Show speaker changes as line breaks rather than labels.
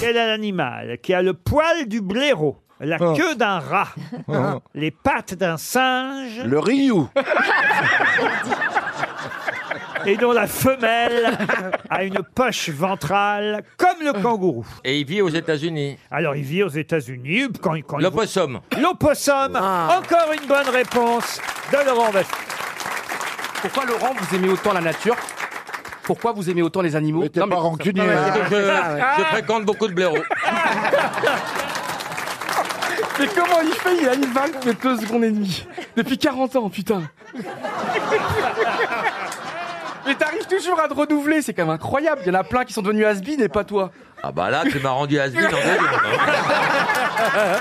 Quel est l'animal qui a le poil du blaireau, la
Oh.
queue d'un rat,
Oh.
les pattes d'un singe
Le Ryu.
et dont la femelle a une poche ventrale comme le kangourou
Et il vit aux États-Unis.
Alors il vit aux États-Unis quand, il- quand il-
L'opossum.
L'opossum, encore une bonne réponse de Laurent Baffie.
Pourquoi Laurent vous aimez autant la nature Pourquoi vous aimez autant les animaux
Mais t'es pas rancunier, hein.
Je, je fréquente beaucoup de blaireaux.
Mais comment il fait Il a une vague de deux secondes et demie. Depuis 40 ans, putain. Mais t'arrives toujours à te renouveler, c'est quand même incroyable. Il y en a plein qui sont devenus has et pas toi.
Ah bah là, tu m'as rendu has en deux secondes, hein.